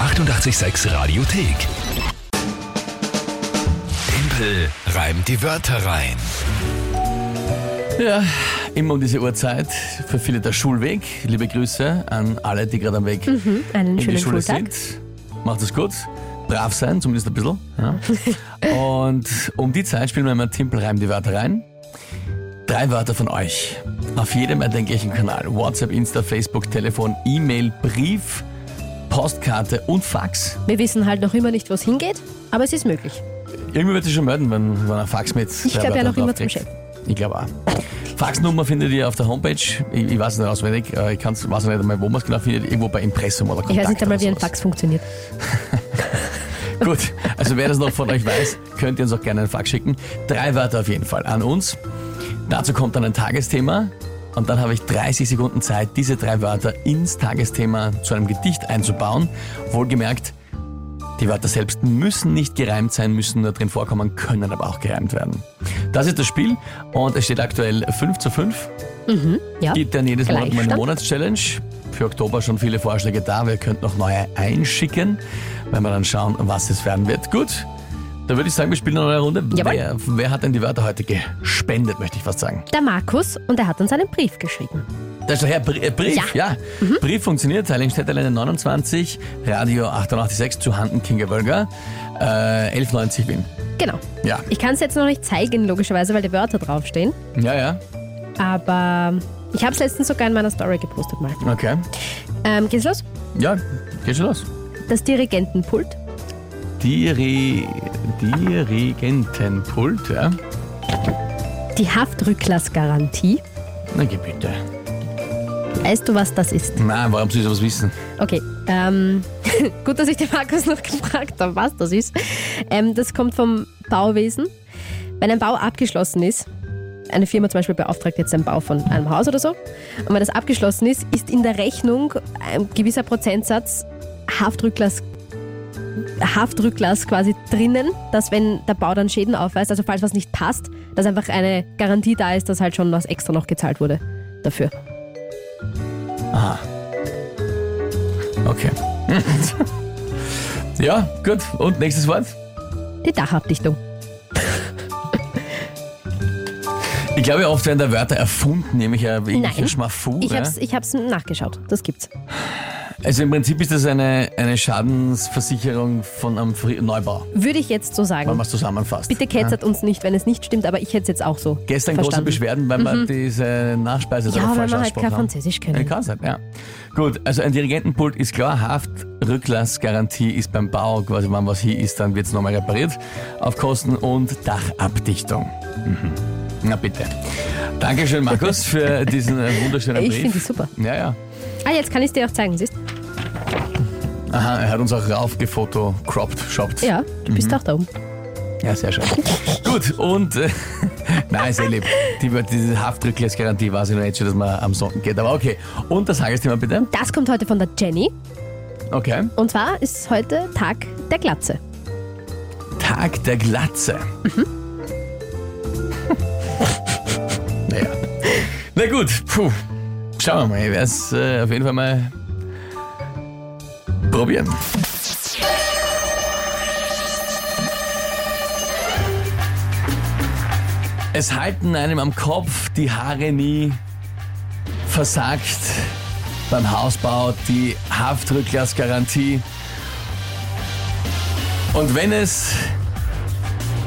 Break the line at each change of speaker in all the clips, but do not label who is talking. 886 Radiothek. Tempel reimt die Wörter rein.
Ja, immer um diese Uhrzeit. Für viele der Schulweg. Liebe Grüße an alle, die gerade am Weg
Einen
in die
Mhm, schönen
Schule
Schultag.
sind. Macht es gut. Brav sein, zumindest ein bisschen. Ja. Und um die Zeit spielen wir immer Timpelreim die Wörter rein. Drei Wörter von euch. Auf jedem erdenklichen Kanal. WhatsApp, Insta, Facebook, Telefon, E-Mail, Brief, Postkarte und Fax.
Wir wissen halt noch immer nicht, wo es hingeht, aber es ist möglich.
Irgendwie wird sich schon melden, wenn, wenn ein Fax mit.
Ich glaube ja noch immer zum
Chef. Ich glaube auch. Faxnummer findet ihr auf der Homepage. Ich, ich weiß es nicht auswendig. äh, Ich kann's, weiß auch nicht einmal, wo man es genau findet. Irgendwo bei Impressum oder
Ich
Kontakt
weiß nicht einmal,
oder
wie ein
sowas.
Fax funktioniert.
Gut, also wer das noch von euch weiß, könnt ihr uns auch gerne einen Fax schicken. Drei Wörter auf jeden Fall an uns. Dazu kommt dann ein Tagesthema und dann habe ich 30 Sekunden Zeit, diese drei Wörter ins Tagesthema zu einem Gedicht einzubauen. Wohlgemerkt, die Wörter selbst müssen nicht gereimt sein, müssen nur drin vorkommen, können aber auch gereimt werden. Das ist das Spiel und es steht aktuell 5 zu 5.
Ja.
Gibt dann jedes Monat meine
Gleichstand.
Monatschallenge. Für Oktober schon viele Vorschläge da. Wir könnten noch neue einschicken, wenn wir dann schauen, was es werden wird. Gut, da würde ich sagen, wir spielen noch eine Runde.
Jawohl.
Wer, wer hat denn die Wörter heute gespendet, möchte ich fast sagen.
Der Markus und er hat uns einen Brief geschrieben.
Das ist doch Herr Br äh, Brief. Ja, Brief funktioniert. Heiligenstädterleine 29, Radio 886 zu Handen Kingerwölger, äh, 1190 Wien.
Genau.
Ja,
Ich kann es jetzt noch nicht zeigen, logischerweise, weil die Wörter draufstehen.
ja, ja.
Aber ich habe es letztens sogar in meiner Story gepostet mal.
Okay.
Ähm, geht's los?
Ja, geht schon los.
Das Dirigentenpult,
Diri Dirigentenpult, ja.
die Haftrücklassgarantie.
Na, geh bitte.
Weißt du, was das ist?
Nein, warum soll ich sowas wissen?
Okay, ähm, gut, dass ich den Markus noch gefragt habe, was das ist. Ähm, das kommt vom Bauwesen. Wenn ein Bau abgeschlossen ist, eine Firma zum Beispiel beauftragt jetzt einen Bau von einem Haus oder so, und wenn das abgeschlossen ist, ist in der Rechnung ein gewisser Prozentsatz Haftrücklass, Haftrücklass quasi drinnen, dass wenn der Bau dann Schäden aufweist, also falls was nicht passt, dass einfach eine Garantie da ist, dass halt schon was extra noch gezahlt wurde dafür.
Aha. Okay. ja, gut. Und nächstes Wort?
Die Dachabdichtung.
Ich glaube, ja, oft werden da Wörter erfunden, nämlich ja irgendwelche
Nein.
Schmafu.
Ich
ja.
hab's, ich hab's nachgeschaut. Das gibt's.
Also im Prinzip ist das eine, eine Schadensversicherung von einem Fri Neubau,
Würde ich jetzt so
wenn
sagen.
man es zusammenfasst.
Bitte ketzert uns nicht, wenn es nicht stimmt, aber ich hätte es jetzt auch so.
Gestern große
verstanden. Mhm.
Beschwerden, weil man diese Nachspeise so
Ja, weil
falsch
wir halt
ausgesprochen
kein
haben.
Französisch
Eine
können.
Kassette, ja. Gut, also ein Dirigentenpult ist klar, Haftrücklassgarantie ist beim Bau, quasi wenn was hier ist, dann wird es nochmal repariert, auf Kosten und Dachabdichtung. Mhm. Na bitte. Dankeschön, Markus, für diesen äh, wunderschönen
Ich
Brief.
finde die super.
Ja, ja.
Ah, jetzt kann ich es dir auch zeigen, siehst
Aha, er hat uns auch raufgefoto cropped, shopped.
Ja, du bist
Mhm.
auch da oben.
Ja, sehr schön. Gut, und äh, nein, sehr lieb. Die, diese Haftrücklassgarantie weiß ich noch nicht schon, dass man am Sonntag geht, aber okay. Und das Tagesthema bitte.
Das kommt heute von der Jenny.
Okay.
Und zwar ist heute Tag der Glatze.
Tag der Glatze. naja. Na gut, puh. Schauen wir mal. Ich werde es äh, auf jeden Fall mal probieren. Es halten einem am Kopf die Haare nie versagt beim Hausbau die Haftrücklassgarantie. Und wenn es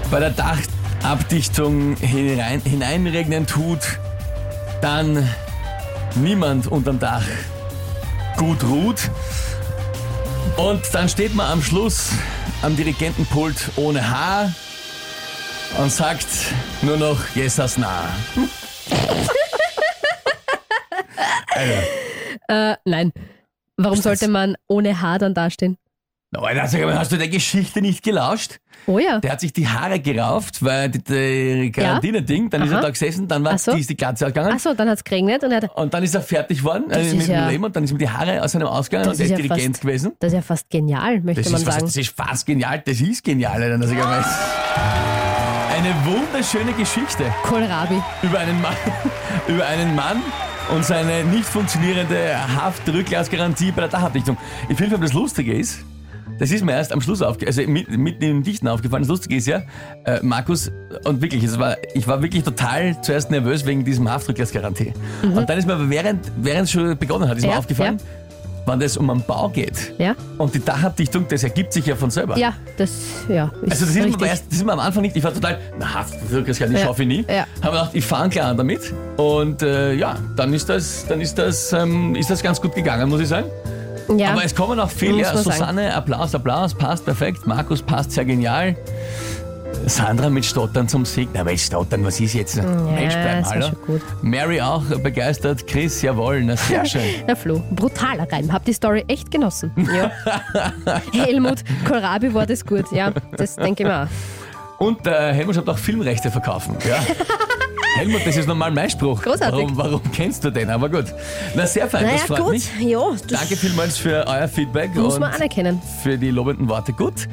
bei der Dachabdichtung hinein, hineinregnen tut, dann niemand unterm Dach gut ruht. Und dann steht man am Schluss am Dirigentenpult ohne Haar und sagt nur noch Jesus na.
Äh, nein. Warum sollte man ohne Haar dann dastehen?
Alter, sag mal, hast du der Geschichte nicht gelauscht?
Oh ja.
Der hat sich die Haare gerauft, weil die, die Quarantine-Ding, dann ist er
Aha.
da gesessen, dann war
Ach so.
die, ist die Glatze ausgegangen.
Achso, dann hat es geregnet und er hat.
Und dann ist er fertig worden äh,
ist
mit
ja-
dem Leben und dann ist ihm die Haare aus seinem ausgegangen
Das
und er ist
ist ja
Dirigent
fast-
gewesen.
Das ist ja fast genial, möchte
Das
man
ist, fast,
sagen.
das ist fast genial, das ist genial, Alter, dass ich gar weiß. Eine wunderschöne Geschichte
Kohlrabi.
über einen Mann, über einen Mann und seine nicht funktionierende Haftrücklassgarantie bei der Dachabdichtung. Ich finde, das Lustige ist, Das ist mir erst am Schluss aufgefallen, also mit- mitten im Dichten aufgefallen. Das Lustige ist ja, äh, Markus, und wirklich, es war, ich war wirklich total zuerst nervös wegen diesem Haftrückwärtsgarantie. Und dann ist mir aber während, während es schon begonnen hat, ist
Mhm. Ja,
mir aufgefallen, wenn das um einen Bau geht
Ja?
und die Dachabdichtung, das ergibt sich ja von selber.
Ja, das, ja. Ist
Also das ist, mir
richtig.
aber erst, das ist mir am Anfang nicht, ich war total, na Haftrückwärtsgarantie
Ja,
schaffe ich nie.
ja.
Habe gedacht, ich fange klar an damit und äh, ja, dann ist das, dann ist das, ähm, ist das ganz gut gegangen, muss ich sagen.
ja.
Aber es kommen auch viele.
Muss
Ja,
man
Susanne, Applaus, Applaus, passt perfekt. Markus passt sehr genial. Sandra mit Stottern zum Sieg. Na, weil Stottern, was ist jetzt? Mensch,
Mm, ja,
bleiben,
das war
hallo.
schon gut.
Mary auch begeistert. Chris, jawohl, na sehr schön.
Na Flo, brutaler Reim. Hab die Story echt genossen. Ja. Helmut Kohlrabi war das gut. Ja, das denke ich mir auch.
Und äh, Helmut hat auch Filmrechte verkaufen. Ja. Helmut, das ist normal mein Spruch.
Großartig.
Warum, warum kennst du den? Aber gut. Na, sehr fein, das
Naja,
freut
gut.
mich.
Ja, das
Danke vielmals für euer Feedback
muss
und
man anerkennen.
für die lobenden Worte. Gut.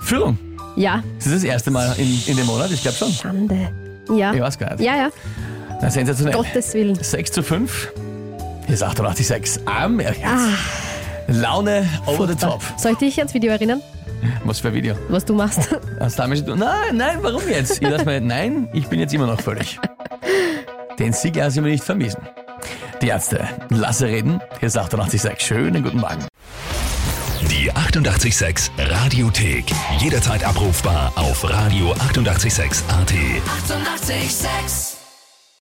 Führung.
Ja,
Das ist das erste Mal in, in dem Monat, ich glaube schon.
Schande. Ja.
Ich
Ja,
weiß gar nicht.
ja,
Na, sensationell.
Gottes Willen.
6 zu 5. Hier ist 88,6 am Herz.
Ah.
Laune over the top.
Soll ich dich ans Video erinnern,
Was für ein Video?
was du machst?
Hast du damit zu tun? Nein, nein, warum jetzt? Ich lass mir, nein, ich bin jetzt immer noch völlig. Den Sieg lasse ich mir nicht vermiesen. Die Ärzte, lasse reden. Hier ist 88,6. Schönen guten Morgen.
Die 886 Radiothek. Jederzeit abrufbar auf radio886.at. 886!
886